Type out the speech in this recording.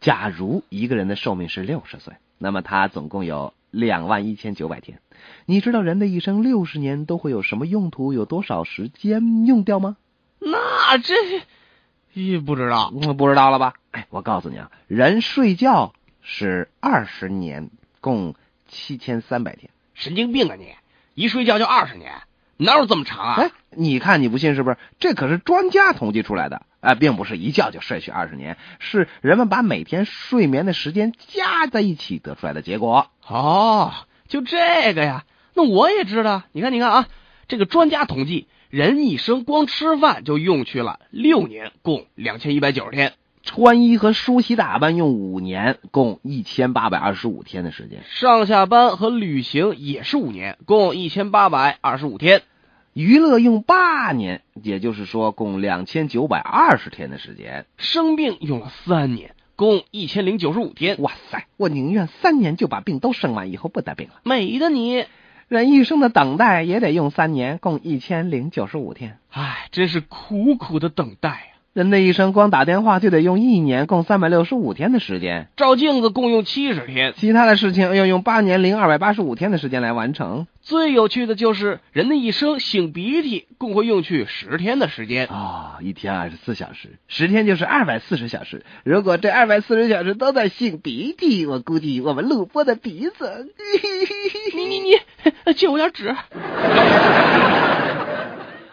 假如一个人的寿命是六十岁，那么他总共有两万一千九百天。你知道人的一生六十年都会有什么用途，有多少时间用掉吗？那这咦不知道，嗯，不知道了吧？哎，我告诉你啊，人睡觉是二十年，共七千三百天。神经病啊你！一睡觉就二十年，哪有这么长啊？哎，你看你不信是不是？这可是专家统计出来的。哎，并不是一觉就睡去二十年，是人们把每天睡眠的时间加在一起得出来的结果。哦，就这个呀，那我也知道。你看，你看啊，这个专家统计，人一生光吃饭就用去了六年，共两千一百九十天。穿衣和梳洗打扮用五年，共一千八百二十五天的时间；上下班和旅行也是五年，共一千八百二十五天。娱乐用八年，也就是说共两千九百二十天的时间。生病用了三年，共一千零九十五天。哇塞，我宁愿三年就把病都生完，以后不得病了。美的你，人一生的等待也得用三年，共一千零九十五天。唉，真是苦苦的等待呀、人的一生光打电话就得用一年，共三百六十五天的时间。照镜子共用七十天。其他的事情要用八年零二百八十五天的时间来完成。最有趣的就是人的一生擤鼻涕共会用去十天的时间。啊、一天二十四小时，十天就是二百四十小时。如果这二百四十小时都在擤鼻涕，我估计我们录播的鼻子。你你你，借我点纸。